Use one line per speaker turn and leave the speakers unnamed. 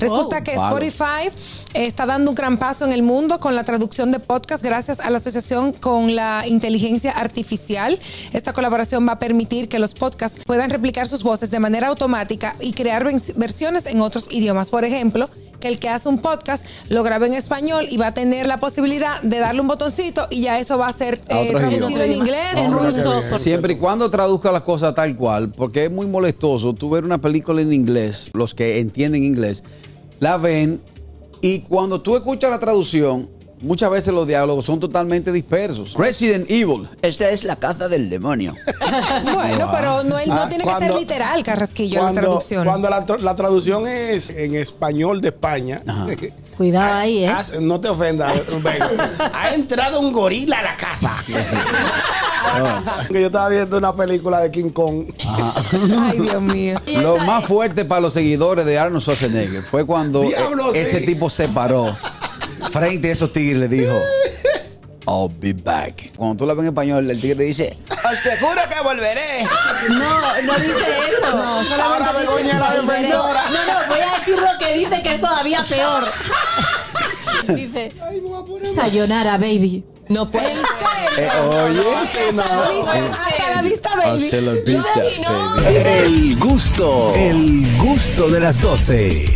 Resulta que
Oh, Vale.
Spotify está dando un gran paso en el mundo con la traducción de podcast gracias a la asociación con la inteligencia artificial. Esta colaboración va a permitir que los podcasts puedan replicar sus voces de manera automática y crear vers- versiones en otros idiomas. Por ejemplo, que el que hace un podcast lo grabe en español y va a tener la posibilidad de darle un botoncito y ya eso va a ser
A
eh,
otros
traducido
idiomas.
en inglés, en
Hombre, qué
ruso.
bien.
Siempre y cuando traduzca las cosas tal cual, porque es muy molestoso tú ver una película en inglés, los que entienden inglés, la ven y cuando tú escuchas la traducción, muchas veces los diálogos son totalmente dispersos. Resident Evil, esta es la caza del demonio.
Bueno, pero no, no
Ah,
tiene que ser
cuando-
literal, Carrasquillo,
cuando,
la traducción.
cuando la, tra- la traducción es en español de España,
Cuidado ahí, ¿eh?
haz- no te ofendas. venga. ha entrado un gorila a la casa.
Ah,
que yo estaba viendo una película de King Kong.
Ay, Dios mío.
Lo más fuerte para los seguidores de Arnold Schwarzenegger fue cuando
Diablo,
e- ese
sí.
tipo se paró frente a esos tigres y le dijo, I'll be back. Cuando tú la ves en español, el tigre dice, os seguro que volveré.
No, no dice eso. No,
Ahora Begoña era defensora.
No, no, voy a decir lo que dice que es todavía peor. Dice, Sayonara, baby.
No puede ser.
Eh, oye.
Hasta la vista,
Ah,
baby.
Hasta la vista,
Ay, no.
baby.
El gusto, el gusto de las doce.